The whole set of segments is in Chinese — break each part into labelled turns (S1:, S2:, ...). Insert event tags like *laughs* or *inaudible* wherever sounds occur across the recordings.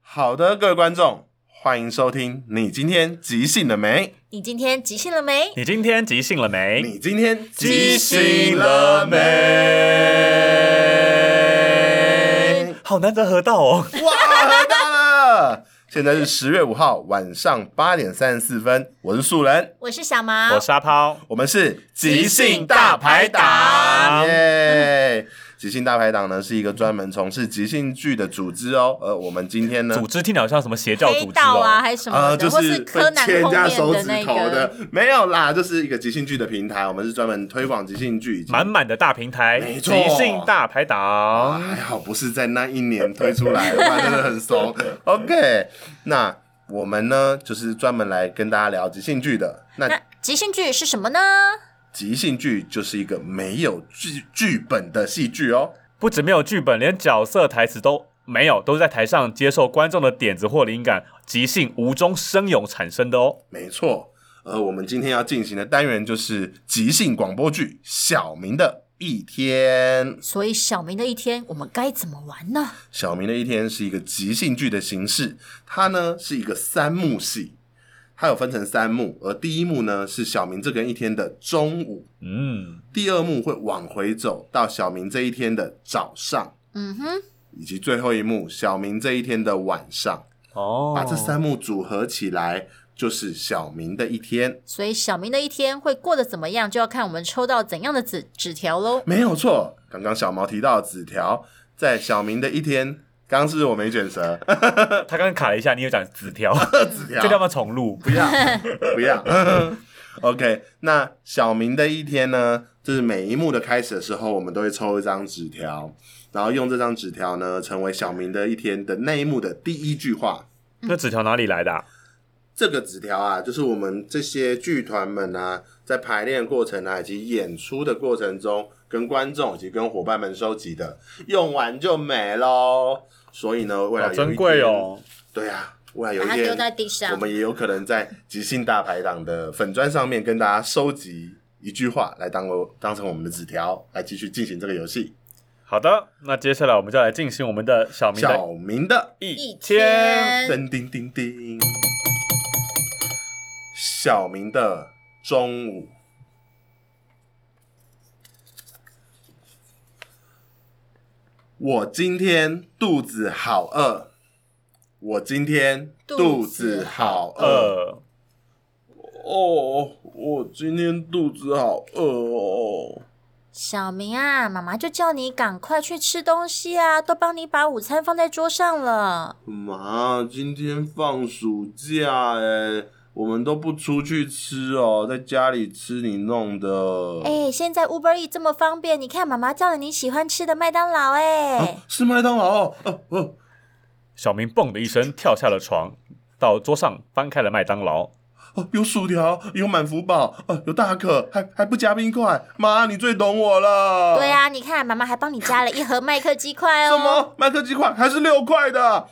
S1: 好的，各位观众，欢迎收听。你今天即兴了没？
S2: 你今天即兴了没？
S3: 你今天即兴了没？
S1: 你今天
S3: 即兴了
S1: 没？
S3: 好难得合到
S1: 哇，
S3: 哦！
S1: 喝到了！现在是十月五号晚上八点三十四分，我是素人，
S2: 我是小
S1: 啊
S2: 毛，
S3: 我是阿抛，
S1: 我们是
S2: 即兴大排档
S1: 耶！即兴大排档呢是一个专门从事即兴剧的组织哦。呃，我们今天呢，
S3: 组织听起来好像什么邪教
S2: 黑
S3: 组织
S2: 道啊，
S3: 哦。
S2: 还是什么
S1: 啊，
S2: 的，
S1: 就
S2: 或
S1: 是
S2: 柯南
S1: 被切
S2: 后
S1: 人家手
S2: 面
S1: 指
S2: 的那
S1: 头
S2: 个。
S1: 没有啦，就是一个即兴剧的平台，我们是专门推广即兴剧以及。
S3: 满满的大平台，
S1: 没错啊
S3: 即兴大排档，
S1: 哦还好不是在那一年推出来，不然真的很怂。OK，那我们呢就是专门来跟大家聊即兴剧的。那
S2: 那即兴剧是什么呢？
S1: 即兴剧就是一个没有剧剧本的戏剧哦。
S3: 不止没有剧本，连角色台词都没有，都是在台上接受观众的点子或灵感，即兴无中生有产生的哦。
S1: 没错，呃，我们今天要进行的单元就是即兴广播剧《小明的一天》。
S2: 所以小明的一天，我们该怎么玩呢？
S1: 小明的一天是一个即兴剧的形式，它呢是一个三幕戏，它有分成三幕，而第一幕呢是小明这个人一天的中午，
S3: 嗯，
S1: 第二幕会往回走到小明这一天的早上，
S2: 嗯哼，
S1: 以及最后一幕小明这一天的晚上，
S3: 哦，
S1: 把这三幕组合起来就是小明的一天，
S2: 所以小明的一天会过得怎么样，就要看我们抽到怎样的纸纸条喽。
S1: 没有错。刚刚小毛提到的纸条，在小明的一天，刚刚是不是我没卷舌，
S3: 他刚刚卡了一下，你有讲纸条，
S1: 纸
S3: *laughs* 这
S1: 条
S3: 地方重录，
S1: 不要，不要。OK，那小明的一天呢，就是每一幕的开始的时候，我们都会抽一张纸条，然后用这张纸条呢，成为小明的一天的那一幕的第一句话。
S3: 这纸条哪里来的啊？
S1: 这个纸条啊，就是我们这些剧团们啊，在排练过程啊，以及演出的过程中，跟观众以及跟伙伴们收集的，用完就没喽。所以呢，未来
S3: 好
S1: 啊有一
S3: 珍贵哦。
S1: 天，对啊，未来有
S2: 把
S1: 一
S2: 它
S1: 天
S2: 丢在地
S1: 我
S2: 上。
S1: 们也有可能在即兴大排档的粉砖上面跟大家收集一句话来当我当成我们的纸条来继续进行这个游戏。
S3: 好的，那接下来我们就来进行我们的小明的
S1: 小明的
S3: 一
S1: 噔叮叮叮，小明的中午，我今天肚子好饿，我今天肚子好饿。
S3: 二。
S1: 哦，我今天肚子好饿哦。
S2: 小明啊，妈妈就叫你赶快去吃东西啊，都帮你把午餐放在桌上了。
S1: 妈，今天放暑假哎，我们都不出去吃哦，在家里吃你弄的。
S2: 哎、现在 Uber E 这么方便，你看妈妈叫了你喜欢吃的麦当劳、哎、
S1: 啊是麦当劳哦，哦哦，
S3: 小明蹦的一声跳下了床，到桌上翻开了麦当劳。
S1: 哦有薯条，有满福宝，哦，有大可，还还不加冰块。妈，你最懂我了。
S2: 对、啊，你看妈妈还帮你加了一盒麦克鸡块
S1: 哦什
S2: 哦。
S1: 么麦克鸡块还是六块的？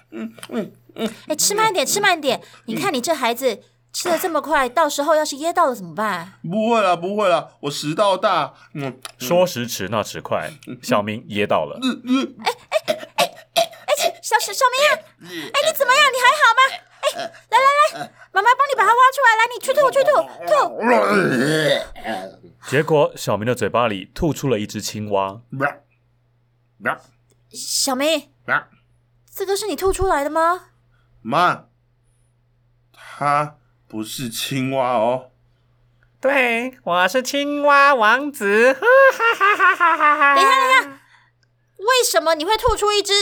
S2: 哎，吃慢点，吃慢点。你看你这孩子吃的这么快，到时候要是噎到了怎么办？
S1: 不会啦，不会啦，我食道大。嗯，
S3: 说时迟，那时 *laughs* 快，小明噎到了。
S1: 嗯嗯
S2: 小小小明啊，哎，你怎么样？你还好吗？哎，来来来，妈妈帮你把它挖出来，来，你去吐，去吐，吐。
S3: 结果小明的嘴巴里吐出了一只青蛙。
S2: 小明，这个是你吐出来的吗？
S1: 妈，它不是青蛙哦，
S3: 对，我是青蛙王子。
S2: 等一下，等一下，为什么你会吐出一只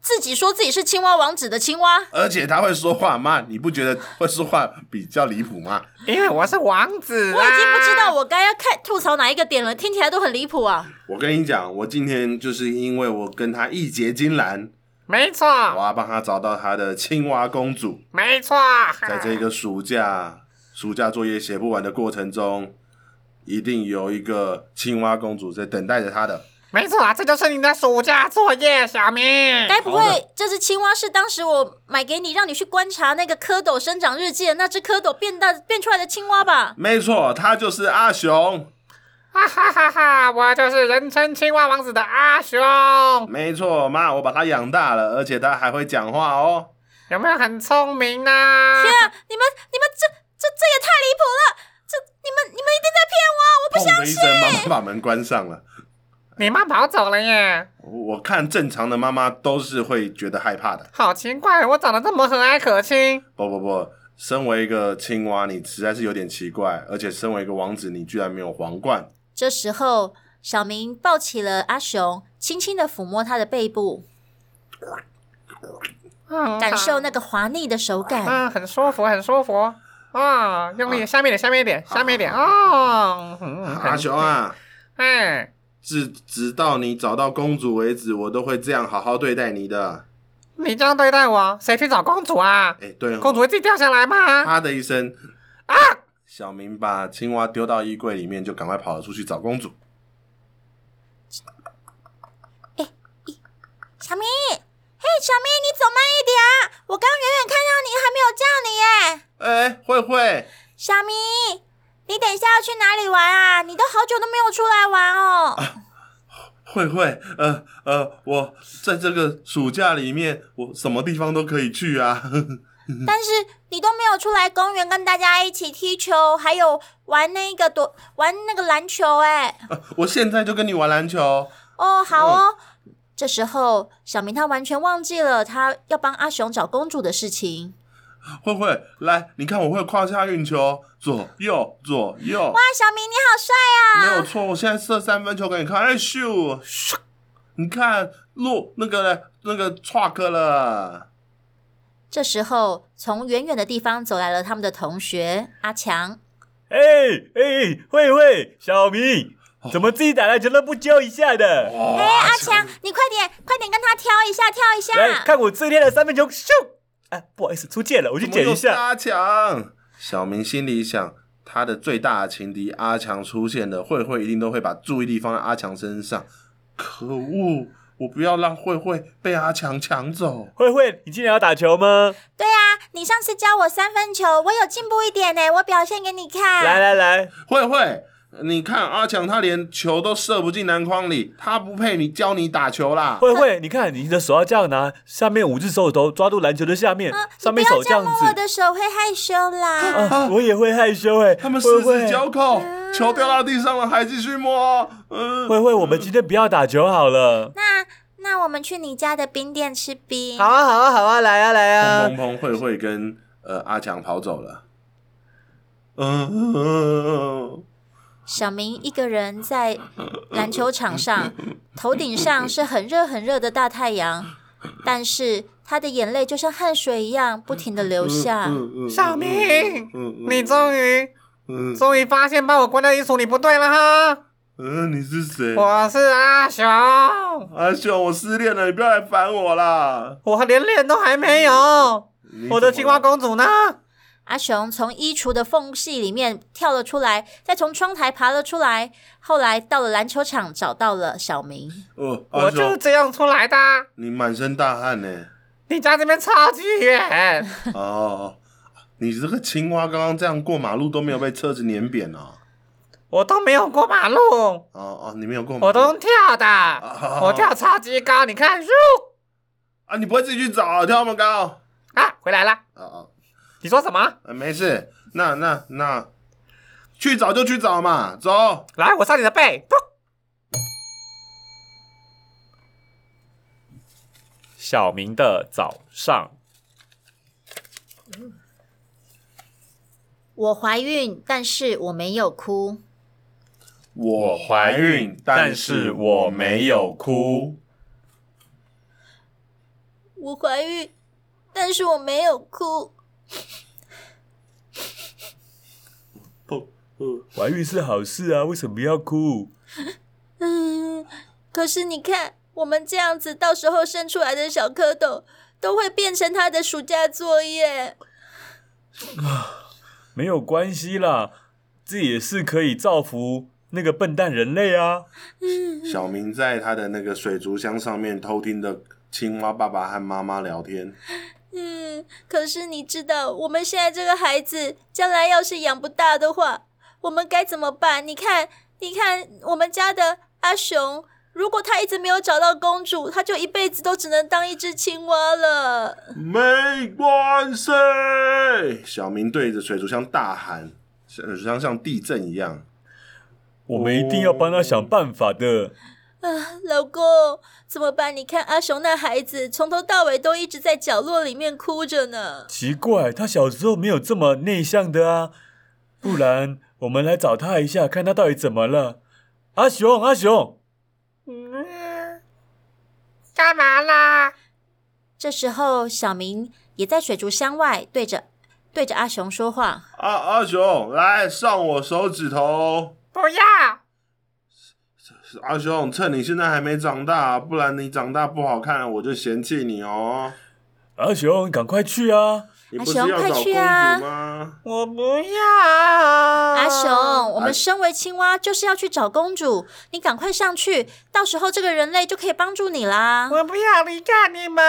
S2: 自己说自己是青蛙王子的青蛙？
S1: 而且它会说话。妈，你不觉得会说话比较离谱吗？
S3: 因为我是王子、啊
S2: 我已经不知道我该要看吐槽哪一个点了，听起来都很离谱啊！
S1: 我跟你讲，我今天就是因为我跟他义结金兰，
S3: 没错，
S1: 我要啊帮他找到他的青蛙公主。
S3: 没错。
S4: 啊
S1: 在这个暑假暑假作业写不完的过程中，一定有一个青蛙公主在等待着他的。
S4: 没错，啊这就是你的暑假作业，小明。
S2: 该不会这只青蛙是当时我买给你，让你去观察那个蝌蚪生长日记的那只蝌蚪变大变出来的青蛙吧？
S1: 没错，他就是阿雄。
S4: 哈哈哈哈！我就是人称青蛙王子的阿雄。
S1: 没错，妈，我把他养大了，而且他还会讲话哦。
S4: 有没有很聪明啊？
S2: 天啊，你们你们这这这也太离谱了！这你们你们一定在骗我，我不
S1: 砰
S2: 相
S1: 的一
S2: 信。
S1: 声，妈妈把门关上了。
S4: 你妈跑走了耶，
S1: 我看正常的妈妈都是会觉得害怕的。
S4: 好奇怪，我长得这么和蔼可亲，
S1: 不不不，身为一个青蛙，你实在是有点奇怪，而且身为一个王子，你居然没有皇冠。
S2: 这时候，小明抱起了阿雄，轻轻的抚摸他的背部，
S4: 嗯
S2: 感受那个滑腻的手感。
S4: 啊，很舒服，很舒服。啊，用力，下面一点，下面一点，下面一点。哦，嗯
S1: 阿雄，啊，
S4: 很哎，
S1: 直直到你找到公主为止，我都会这样好好对待你的。
S4: 你这样对待我，谁去找公主啊？
S1: 哎，对、哦，
S4: 公主会自己掉下来吗？
S1: 啪的一声，啊！小明把青蛙丢到衣柜里面，就赶快跑了出去找公主。
S2: 小明，嘿，小明，你走慢一点啊！我刚远远看到你，还没有叫你耶。
S1: 哎，慧慧，
S2: 小明，你等一下要去哪里玩啊？你都好久都没有出来玩 *laughs* 哦。
S1: 慧慧，呃呃，我在这个暑假里面，我什么地方都可以去啊。 *laughs*
S2: 但是你都没有出来公园跟大家一起踢球，还有玩那个躲玩那个篮球，哎，
S1: 我现在就跟你玩篮球。
S2: 哦，好哦。这时候，小明他完全忘记了他要帮阿雄找公主的事情。
S1: 慧慧，来，你看我会胯下运球，左右左右
S2: 哇，，啊小明你好帅
S1: 没
S2: 啊！
S1: 有错。我现在射三分球给你看，哎咻，咻你看落那个嘞那个 truck 了。
S2: 这时候，从远远的地方走来了他们的同学阿强。
S3: 哎哎，慧慧，小明，怎么自己打篮球都不教一下的？
S1: 哦，
S2: 哎、阿强，你快点，快点跟他挑一下，挑一下。
S3: 来看我这天的三分球，咻！哎、不好意思，出界了，我去
S1: 怎么
S3: 捡
S1: 又
S3: 一
S1: 是
S3: 下。
S1: 阿强，小明心里想，他的最大的情敌阿强出现了，慧慧一定都会把注意力放在阿强身上。可恶，我不要让慧慧被阿强抢走。
S3: 慧慧，你今天要打球吗？
S2: 对啊，你上次教我三分球，我有进步一点呢，我表现给你看。
S3: 来来来，
S1: 慧慧，你看阿强他连球都射不进篮筐里，他不配你教你打球啦。
S3: 慧慧，你看你的手要这样拿，下面五只手指头抓住篮球的下面，
S2: 啊，
S3: 上面
S2: 你不要
S3: 手
S2: 这
S3: 这样
S2: 摸我
S3: 子。
S2: 的手会害羞啦。
S3: 啊，我也会害羞哎、
S1: 他们十
S3: 慧慧
S1: 指交扣，球掉到地上了还继续摸。嗯，
S3: 慧慧，我们今天不要打球好了。
S2: 那那我们去你家的冰店吃冰。
S3: 好啊，好啊，好啊，来啊，来啊
S1: 砰！砰砰，慧慧跟呃阿强跑走了。嗯嗯嗯嗯。
S2: 小明一个人在篮球场上，头顶上是很热很热的大太阳，但是他的眼泪就像汗水一样不停的流下。
S3: 嗯
S4: 小明，你
S1: 终
S4: 终于
S1: 嗯
S4: 终于发现把我关在衣橱里不对了哈！
S1: 嗯，你是谁？
S4: 我是阿雄，
S1: 阿秀，我失恋了，你不要来烦我啦！
S4: 我连脸都还没有，
S1: 你
S4: 我的
S1: 怎
S4: 青
S1: 么
S4: 蛙
S1: 了
S4: 公主呢？
S2: 阿雄从衣橱的缝隙里面跳了出来，再从窗台爬了出来，后来到了篮球场，找到了小明。
S1: 哦，阿
S4: 我就是
S1: 秀，
S4: 这样出来的。啊
S1: 你满身大汗呢。
S4: 你家这边超级远，
S1: *laughs* 哦，你这个青蛙刚刚这样过马路都没有被车子碾扁哦。
S4: 我都没有过马路，
S1: 哦哦，你没有过马路？
S4: 我都用跳
S1: 哦
S4: 的，我跳超级高，你看，咻
S1: 啊，你不会自己去找啊，跳那么高？
S4: 啊，回来了。
S1: 哦哦，
S4: 你说什么？
S1: 呃没事，那那那，去找就去找嘛，走。
S4: 来，我上你的背，噗
S3: 小明的早上，
S2: 我怀孕，但是我没有哭。
S1: 我
S3: 怀孕但是我没有哭。
S2: 我怀孕，但是我没有哭。
S3: 怀孕是好事啊，为什么要哭？
S2: 嗯，可是你看，我们这样子，到时候生出来的小蝌蚪都会变成他的暑假作业。
S3: 没有关系啦，这也是可以造福那个笨蛋人类啊。
S1: 小明在他的那个水族箱上面偷听着青蛙爸爸和妈妈聊天。
S2: 嗯，可是你知道，我们现在这个孩子，将来要是养不大的话，我们该怎么办？你看，你看，我们家的阿雄如果他一直没有找到公主，他就一辈子都只能当一只青蛙了。
S1: 没关系。小明对着水族箱大喊，水族箱像地震一样。
S3: 我们一定要帮他想办法的。
S2: 啊，老公，怎么办？你看阿雄那孩子从头到尾都一直在角落里面哭着呢。
S3: 奇怪，他小时候没有这么内向的啊，不然我们来找他一下，看他到底怎么了。阿雄，阿雄，
S4: 嗯，干嘛啦？
S2: 这时候，小明也在水族箱外对着对着阿雄说话。
S1: 阿、啊阿雄，来上我手指头。
S4: 不要，
S1: 阿雄，趁你现在还没长大，不然你长大不好看，我就嫌弃你哦。
S3: 阿雄，赶快去啊！
S1: 你不是
S2: 阿雄
S1: 要
S2: 快
S1: 找公
S2: 去
S1: 主
S2: 啊
S1: 吗？
S4: 我不要。
S2: 阿
S4: 阿
S2: 雄，我
S1: 哎
S2: 们身为青蛙就是要去找公主，你赶快上去，到时候这个人类就可以帮助你啦。
S4: 我不要离开你们。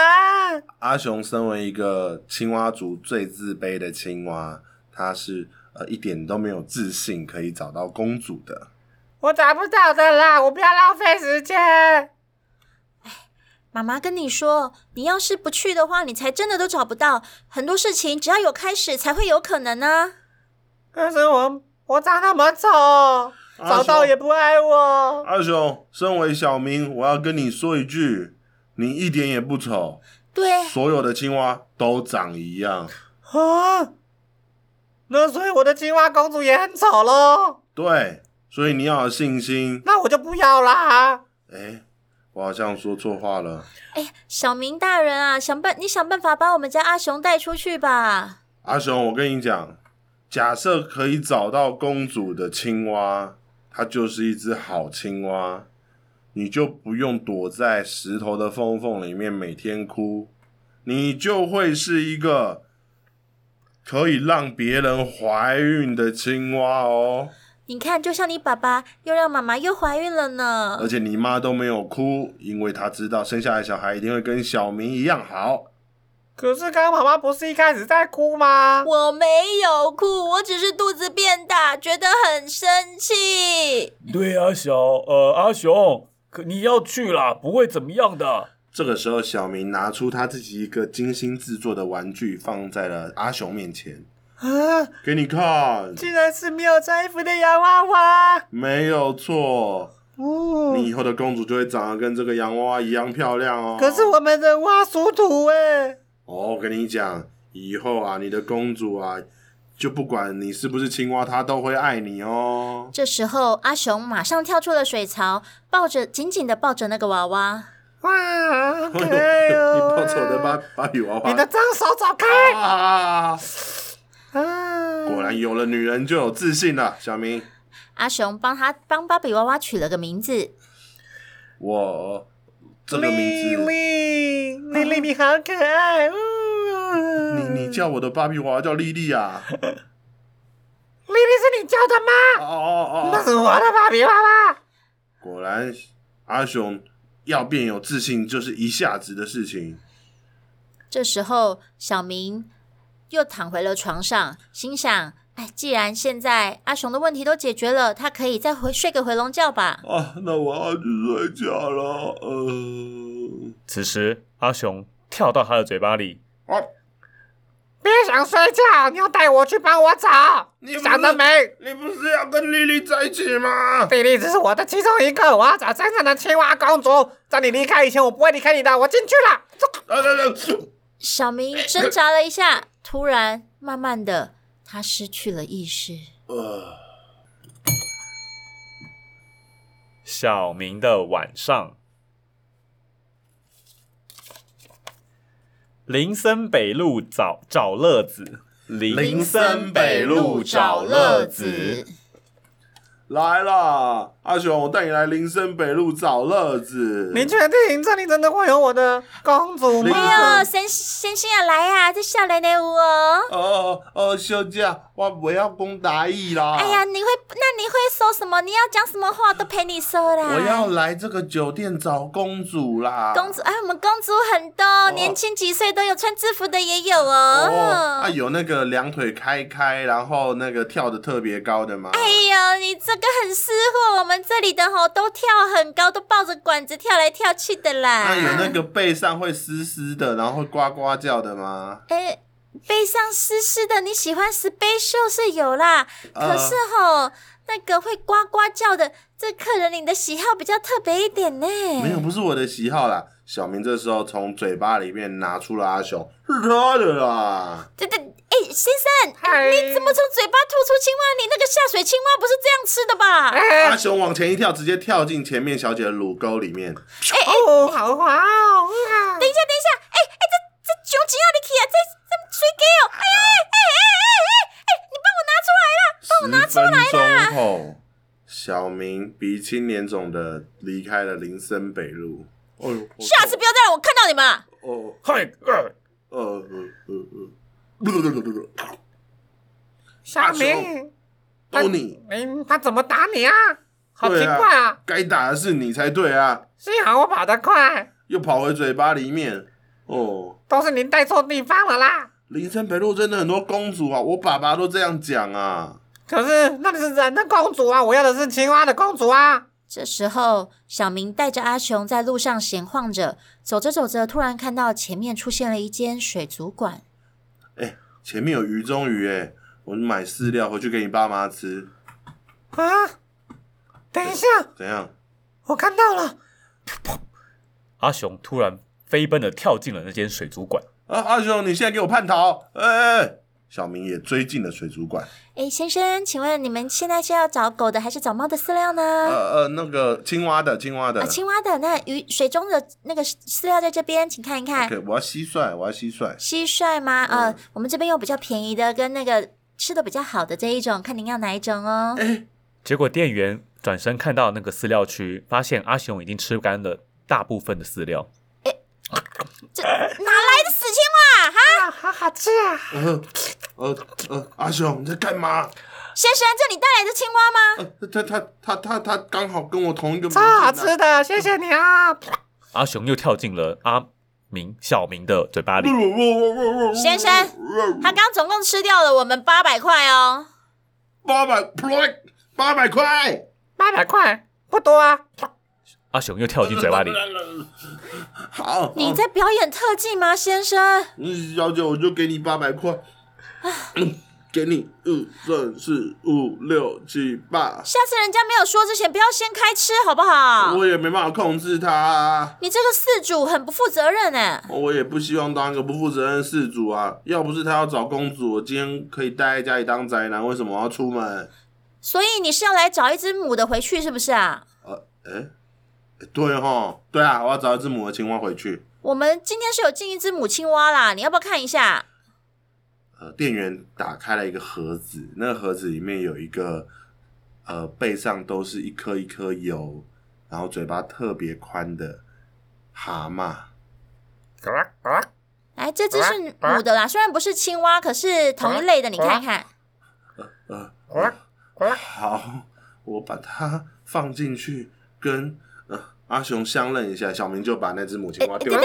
S1: 阿雄身为一个青蛙族最自卑的青蛙，他是呃一点都没有自信可以找到公主的。
S4: 我找不到的啦，我不要浪费时间。
S2: 妈妈跟你说，你要是不去的话，你才真的都找不到。很多事情只要有开始，才会有可能啊呢、
S4: 可是我我长那么丑，
S1: 阿
S4: 找到
S1: 雄
S4: 也不爱我。
S1: 阿雄，身为小明，我要跟你说一句，你一点也不丑，
S2: 对，
S1: 所有的青蛙都长一样。
S4: 啊，那所以我的青蛙公主也很丑喽，
S1: 对，所以你要有信心。
S4: 那我就不要啦。
S1: 哎、我好像说错话了。
S2: 哎，小明大人啊，想办你想办法把我们家阿雄带出去吧。
S1: 阿雄，我跟你讲，假设可以找到公主的青蛙，它就是一只好青蛙，你就不用躲在石头的缝缝里面每天哭，你就会是一个可以让别人怀孕的青蛙哦，
S2: 你看，就像你爸爸又让妈妈又怀孕了呢
S1: 而。且你妈都没有哭，因为她知道生下来小孩一定会跟小明一样好。
S4: 可是刚刚妈妈不是一开始在哭吗？
S2: 我没有哭，我只是肚子变大，觉得很生气。
S3: 对，阿小，呃，阿雄，可你要去啦，不会怎么样的。
S1: 这个时候，小明拿出他自己一个精心制作的玩具，放在了阿雄面前。
S4: 啊，
S1: 给你看，
S4: 竟然是没有穿衣服的洋娃娃。
S1: 没有错，
S4: 哦
S1: 你以后的公主就会长得跟这个洋娃娃一样漂亮哦。
S4: 可是我们的挖鼠土哎、
S1: 哦，我跟你讲，以后啊，你的公主啊，就不管你是不是青蛙，她都会爱你哦。
S2: 这时候，阿雄马上跳出了水槽，抱着紧紧的抱着那个娃娃。
S4: 哇，好
S1: 哎呦
S4: 可爱
S1: *laughs*
S4: 哦、
S1: 你抱走的芭芭比娃娃，
S4: 你的脏手走开
S1: *laughs* 啊！
S4: 啊！
S1: 果然有了女人就有自信了，小明。
S2: 阿雄帮他帮芭比娃娃取了个名字，
S1: 我这个
S4: 丽
S1: 名字，
S4: 丽，丽丽你好可爱。哦
S1: 你你叫我的芭比娃娃叫莉莉啊？
S4: 丽丽是你教的
S1: 哦
S4: 吗？
S1: 哦
S4: 那
S1: 哦！
S4: 是我的芭比娃娃。
S1: 果然，阿雄要变有自信，就是一下子的事情。
S2: 这时候，小明又躺回了床上，心想：哎，既然现在阿雄的问题都解决了，他可以再回睡个回笼觉吧。
S1: 啊，那我要去睡觉了。呃，
S3: 此时，阿雄跳到他的嘴巴里，
S1: 啊，
S4: 别想睡觉，你要带我去帮我找。
S1: 你不是
S4: 想得美！
S1: 你不是要跟丽丽在一起吗？
S4: 丽丽只是我的其中一个，我要找真正的青蛙公主。在你离开以前，我不会离开你的。我进去了。
S1: 啊，等等，
S2: 小明挣扎了一下，突然，慢慢的，他失去了意识。
S1: 呃，
S3: 小明的晚上，林森北路找找乐子，林
S1: 林森北路找乐子。来啦，阿雄，我带你来林森北路找乐子。
S4: 你确定这里真的会有我的公主
S1: 丽
S4: 吗？
S2: 哎呦，先先生啊，来啊，这笑脸的我。
S1: 呃哦哦，小姐，我不要讲台语啦。
S2: 哎呀，你会那你会搜什么？你要讲什么话都陪你搜啦。
S1: 我要来这个酒店找公主啦。
S2: 啊公主啊，我们公主很多，年轻几岁都有，穿制服的也有哦。
S1: 哦，啊，有那个两腿开开，然后那个跳的特别高的吗？
S2: 哎呦，你这个很失货，我们这里的吼都跳很高，都抱着管子跳来跳去的啦。
S1: 那有那个背上会湿湿的，然后会呱呱叫的吗？
S2: 哎，背上湿湿的，你喜欢 special 是有啦，
S1: 呃
S2: 可是吼那个会呱呱叫的，这客人你的喜好比较特别一点呢。
S1: 没有，不是我的喜好啦。小明这时候从嘴巴里面拿出了阿雄，是他的啦。
S2: 对对，哎，先生，
S4: 嗨
S2: 你怎么从嘴巴吐出青蛙？你那个下水青蛙不是这样吃的吧？
S1: 阿
S4: 哎，
S1: 雄往前一跳，直接跳进前面小姐的乳沟里面。
S4: 哦，好滑哦，哇
S2: 等一下，等一下，哎、哎、这这酒精要你起啊，这这水给哦，哎哎哎哎哎哎哎，你帮我拿出来
S1: 十
S2: 啦！
S1: 分钟后，小明鼻青脸肿的离开了林森北路。
S3: 哎呦，
S2: 下次不要再让我看到你们了。
S1: 哦，
S3: 嗨，呃
S1: 呃呃呃呃，
S4: 小明，
S1: 都你
S4: 哎，他怎么打你啊？好
S1: 对
S4: 奇
S1: 啊
S4: 怪啊！
S1: 该打的是你才对啊，
S4: 幸好我跑得快，
S1: 又跑回嘴巴里面。哦，
S4: 都是您带错地方了啦。
S1: 林森北路真的很多公主啊，我爸爸都这样讲啊。
S4: 可是那是人的公主啊，我要的是青蛙的公主啊！
S2: 这时候，小明带着阿雄在路上闲晃着，走着走着，突然看到前面出现了一间水族馆。
S1: 哎、前面有鱼中鱼、哎，我买饲料回去给你爸妈吃。
S4: 啊，等一下，
S1: 怎样？
S4: 我看到了，
S3: 阿雄突然飞奔的跳进了那间水族馆。
S1: 啊，阿雄，你现在给我叛逃！哎、哎哎小明也追进了水族馆。
S2: 哎，先生，请问你们现在是要找狗的还是找猫的饲料呢？
S1: 呃呃，那个青蛙的，青蛙的。
S2: 啊，青蛙的那鱼水中的那个饲料在这边，请看一看。
S1: OK，我要嗯蟋蟀，我要蟋蟀。
S2: 蟋蟀吗？呃，我们这边有比较便宜的，跟那个吃的比较好的这一种，看您要哪一种哦。
S1: 哎
S3: 结果店员转身看到那个饲料区，发现阿雄已经吃干了大部分的饲料。
S2: 这哪来的死青蛙啊？哈，
S4: 啊，好好吃啊！
S1: 呃呃呃，阿雄你在干嘛？
S2: 先生，这你带来的青蛙吗？
S1: 呃，他他他他他刚好跟我同一个名啊字
S4: 超
S1: 呢。
S4: 好吃的，谢谢你啊！
S3: 阿雄又跳进了阿明、小明的嘴巴里。
S2: 先生，他刚总共吃掉了我们八百块哦。
S1: 八百块，八百块。
S4: 八百块不多啊，
S3: 阿雄又跳进嘴巴里。
S1: *laughs* 好，
S2: 你在表演特技吗，先生？
S1: 嗯，小姐，我就给你八百块，
S2: 啊
S1: 嗯 *coughs* 给你一、三、四、五、六、七、八，
S2: 下次人家没有说之前，不要先开吃，好不好？
S1: 我也没办法控制它啊，
S2: 你这个饲主很不负责任哎。
S1: 我也不希望当一个不负责任的事主啊。要不是他要找公主，我今天可以待在家里当宅男，为什么我要出门？欸
S2: 所以你是要来找一只母的回去是不是啊？
S1: 呃，哎、诶对哈，对啊，我要找一只母的青蛙回去。
S2: 我们今天是有进一只母青蛙啦，你要不要看一下？
S1: 呃，店员打开了一个盒子，那个盒子里面有一个呃背上都是一颗一颗油，然后嘴巴特别宽的蛤蟆。
S4: 呱呱
S2: 哎，这只是
S1: 啊
S2: 母的啦，虽然不是青蛙，可是同一类的，你看看。
S1: 呃，
S4: 呱呱
S1: 好，我把它放进去，跟呃阿雄相认一下，小明就把那只母青蛙丢 *laughs* 了。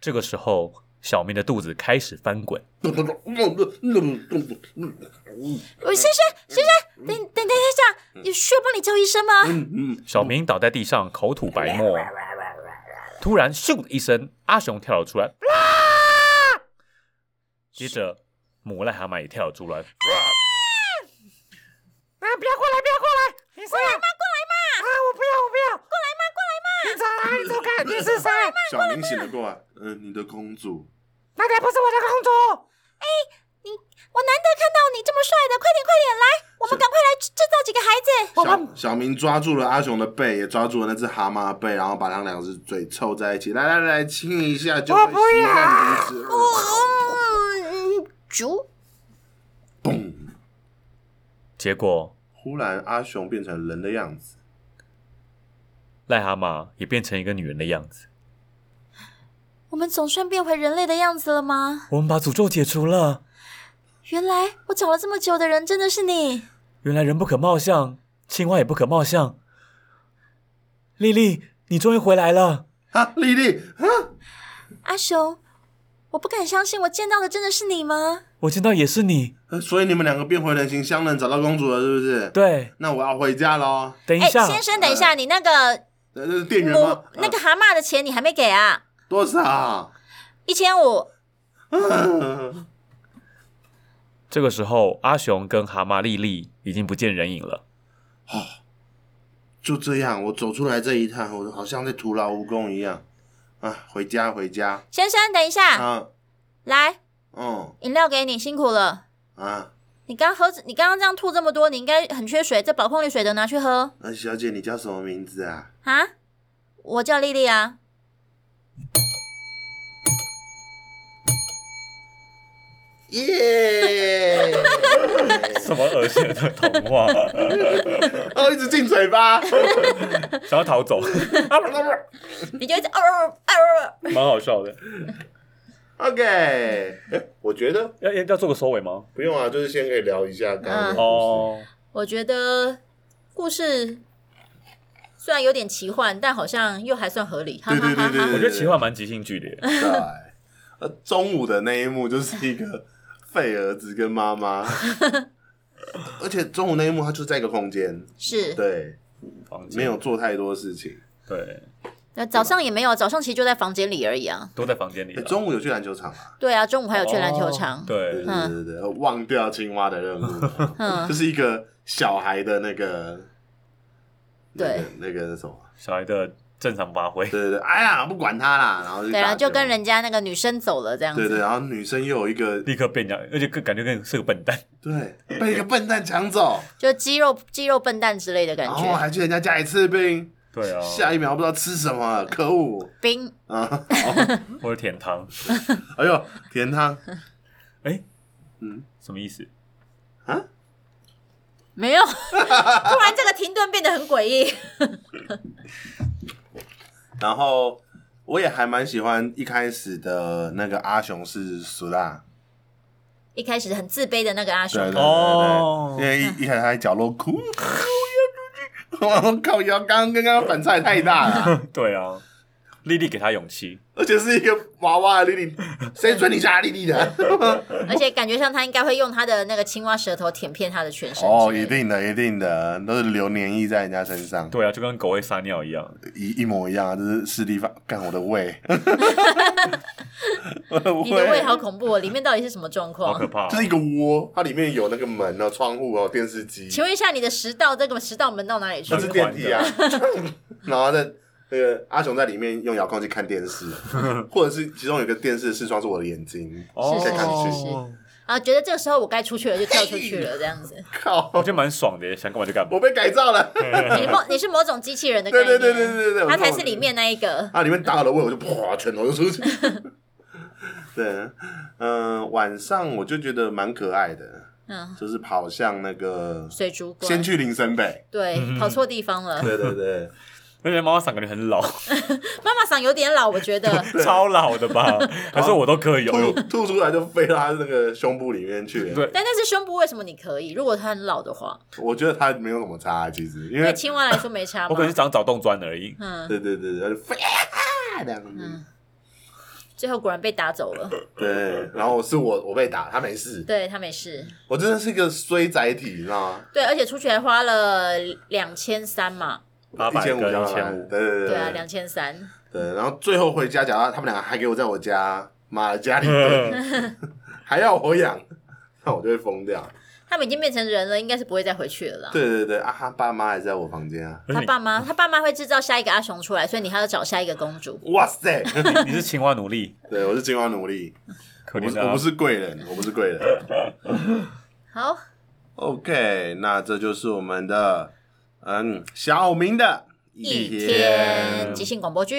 S3: 这个时候，小明的肚子开始翻滚。
S2: 我先生，先生，等等等一下，有需要帮你叫医生吗？
S1: 嗯嗯，
S3: 小明倒在地上，口吐白沫。突然，咻的一声，阿雄跳了出来。接着，母癞蛤蟆也跳了出来。
S4: 啊！不要过来，不要过来！你是来吗？过来嘛！啊！我不要，我不要！过来嘛，过来嘛！你走啊，你走开！你是谁？
S1: 小明醒了过来，嗯、你的公主，
S4: 那个不是我的公主。
S2: 你，我难得看到你这么帅的，快点快点来，我们赶快来制造几个孩子。
S1: 小小明抓住了阿雄的背，也抓住了那只蛤蟆的背，然后把他们两只嘴凑在一起，来来来，亲一下就会
S4: 我不
S1: 习惯
S4: 要
S1: 彼此了。
S2: 嗯，猪，
S1: 嘣！
S3: 结果，
S1: 忽然阿雄变成人的样子，
S3: 癞蛤蟆也变成一个女人的样子。
S2: 我们总算变回人类的样子了吗？
S3: 我们把诅咒解除了。
S2: 原来我找了这么久的人真的是你，
S3: 原来人不可貌相，青蛙也不可貌相。丽丽，你终于回来了！
S1: 啊，丽丽，啊，
S2: 阿雄。我不敢相信我见到的真的是你吗？
S3: 我见到也是你。
S1: 呃 *laughs* 所以你们两个变回人形相认，找到公主了，是不是？
S3: 对，
S1: 那我要回家喽。
S3: 等一
S2: 哎，
S3: 下，
S2: 先生，等一下，你那个
S1: 呃，这是店员吗
S2: 母？
S3: 啊
S1: 呃
S2: 哦那个蛤蟆的钱你还没给啊？
S1: 多少？
S2: 一千五，
S1: 嗯
S3: 这个时候，阿雄跟蛤蟆丽丽已经不见人影了。
S1: 就这样，我走出来这一趟，我好像在徒劳无功一样。啊，回家，回家。
S2: 先生，等一下，
S1: 啊，
S2: 来，
S1: 嗯，
S2: 饮料给你，辛苦了。
S1: 啊，
S2: 你刚喝，你刚刚这样吐这么多，你应该很缺水，这宝矿力水的拿去喝
S1: 呃，小姐，你叫什么名字啊？
S2: 啊！我叫丽丽啊，
S1: 耶！
S3: 什么恶心的童 *laughs* 话？
S1: 哦，一直进嘴巴。 *laughs*
S3: 想要逃走，
S2: 你就一直哦哦哦，
S3: *laughs* 蛮好笑的。
S1: OK，哎我觉得
S3: 要要要做个收尾吗？
S1: 不用啊，就是先可以聊一下刚刚的故事。
S3: 哦，
S2: 我觉得故事虽然有点奇幻，但好像又还算合理，哈哈哈哈。
S1: 对对对对
S3: 我觉得奇幻蛮即兴剧的耶。
S1: 对， *laughs* 呃，中午的那一幕就是一个废儿子跟妈 *laughs* 妈，而且中午那一幕他就在一个空间，
S2: 是，
S1: 对，
S3: 房间
S1: 没有做太多事情。
S3: 对，
S2: 那早上也没有，早上其实就在房间里而已啊。
S3: 都在房间里
S1: 欸
S3: 了。
S1: 中午有去篮球场啊？
S2: 对啊，中午还有去篮球场。
S3: 哎哦
S1: 对对
S3: 对，
S1: 对对，对忘掉青蛙的任 *laughs* 务，
S2: 嗯
S1: 就，是一个小孩的那个，
S2: 对
S1: 那个，那个那什么，啊
S3: 小孩的正常发挥。
S1: 对对对，哎呀，不管他啦，然后就
S2: 对啊，
S1: 打球
S2: 就跟人家那个女生走了这样
S1: 对对，
S2: 子。
S1: 然后女生又有一个
S3: 立刻变娘，而且更感觉更是个笨蛋。
S1: 对被一个笨蛋抢走，
S2: 就肌肉肌肉笨蛋之类的感
S1: 然后
S2: 觉，
S1: 哦还去人家家里吃冰，
S3: 对啊，
S1: 下一秒不知道吃什么了，可恶
S2: 冰
S1: 啊！
S3: 或者舔糖，
S1: 哎呦，甜汤
S3: 哎，
S1: 嗯，
S3: 什么意思？
S1: 啊，
S2: 没有，突然这个停顿变得很诡异。
S1: 然后我也还蛮喜欢一开始的那个阿雄是苏拉，
S2: 一开始很自卑的那个阿
S1: 对对对
S2: 雄，
S1: 对，
S3: 哦
S1: 因为一一开始他在角落哭，我要出去，我靠腰，刚刚刚刚反差也太大 *laughs* 了，
S3: 对啊，丽丽给他勇气。
S1: 而且是一个娃娃的丽丽，谁准你家丽丽的？
S2: 而且感觉上他应该会用他的那个青蛙舌头舔遍他的全
S1: *laughs*
S2: 身。
S1: 哦，一。定的，一定的，都是流粘液在人家身上，
S3: 对啊，就跟狗会撒尿一样。
S1: 一一模一样啊，就是视力法干我的胃，
S2: 你的胃好恐怖、哦，里面到底是什么状
S1: 啊
S3: 好可
S2: 况？
S3: 怕、
S1: 就是一个窝，它里面有那个门哦、窗户哦、电视机，
S2: 请问一下，你的食道这个食道门到哪里去
S1: 那？是电梯啊。然后在那个阿雄在里面用遥控器看电视， *laughs* 或者是其中有个电视视窗是我的眼睛，
S3: 哦
S2: 是
S1: 是是
S2: 是啊，觉得这个时候我该出去了，就跳出去了，这样子。
S3: 我
S1: 靠
S3: 觉，得蛮爽的耶，想干嘛就干嘛
S1: 我。被改造了。
S2: 你某你是某种机器人的概
S1: 对
S2: 念，
S1: 对对对对对，
S2: 他才是里。面那一个。
S1: 啊，里面打我的胃，我就啪拳头就出去。对，嗯、晚上我就觉得蛮可爱的，
S2: 嗯，
S1: 就是跑向那个
S2: 水族馆。
S1: 先去林森北。
S2: 对，跑错地方了。
S1: 对对对，
S3: 而且妈妈嗓感觉很老，
S2: 妈妈嗓有点老，我觉得。
S3: 超老的吧？
S1: *laughs*
S3: 还是我都可以
S1: 吐
S3: 哦。
S1: 吐出来就飞到他那个胸部里面去。
S3: 对
S2: 但但是胸部为什么你可以？如果他很老的话，
S1: 我觉得他没有什么差，其实因为
S2: 对青蛙来说没差
S3: 我
S2: 嘛
S3: 可。能是想找洞钻而已。
S2: 嗯，
S1: 对对对，对，他就飞啊这样子。
S2: 最后果然被打走了。
S1: 对，然后是我我被打，他没事。
S2: 对他没事。
S1: 我真的是一个衰载体，你知道吗？
S2: 对，而且出去还花了两千三嘛。
S3: 八
S1: 一
S3: 百
S1: 千五，
S3: 跟一
S1: 两百
S3: 千五，
S1: 对对
S2: 对啊，
S1: 对
S2: 两千三。
S1: 对。然后最后回家，讲到他们两个还给我在我家妈的家里蹲，
S2: *laughs*
S1: 还要我养，那我就会疯掉。
S2: 他们已经变成人了，应该是不会再回去了啦。
S1: 对对对，啊，他爸妈还在我房间啊。
S2: 他爸妈，他爸妈会制造下一个阿雄出来，所以你还要找下一个公主。
S1: 哇塞！ *laughs*
S3: 你是青蛙奴隶，
S1: 对，我是金花奴隶，
S3: 可
S1: 我不
S3: 怜
S1: 是
S3: 的、啊。
S1: 我不是贵人，我不是贵人。
S2: 好，
S1: OK，那这就是我们的嗯小明的
S2: 一天即兴广播剧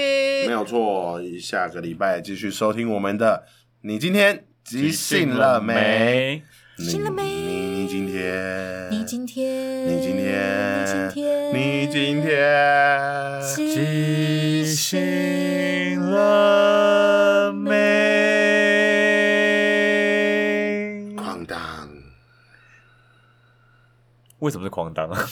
S1: 没。有错，下个礼拜继续收听我们的。你今天即兴了没？？你
S2: 信了没
S1: 你你今天？
S2: 你今天，
S1: 你今天？
S2: 你今天，
S1: 你今天？
S3: 即兴了没？
S1: 哐当。
S3: 为什么是狂当啊？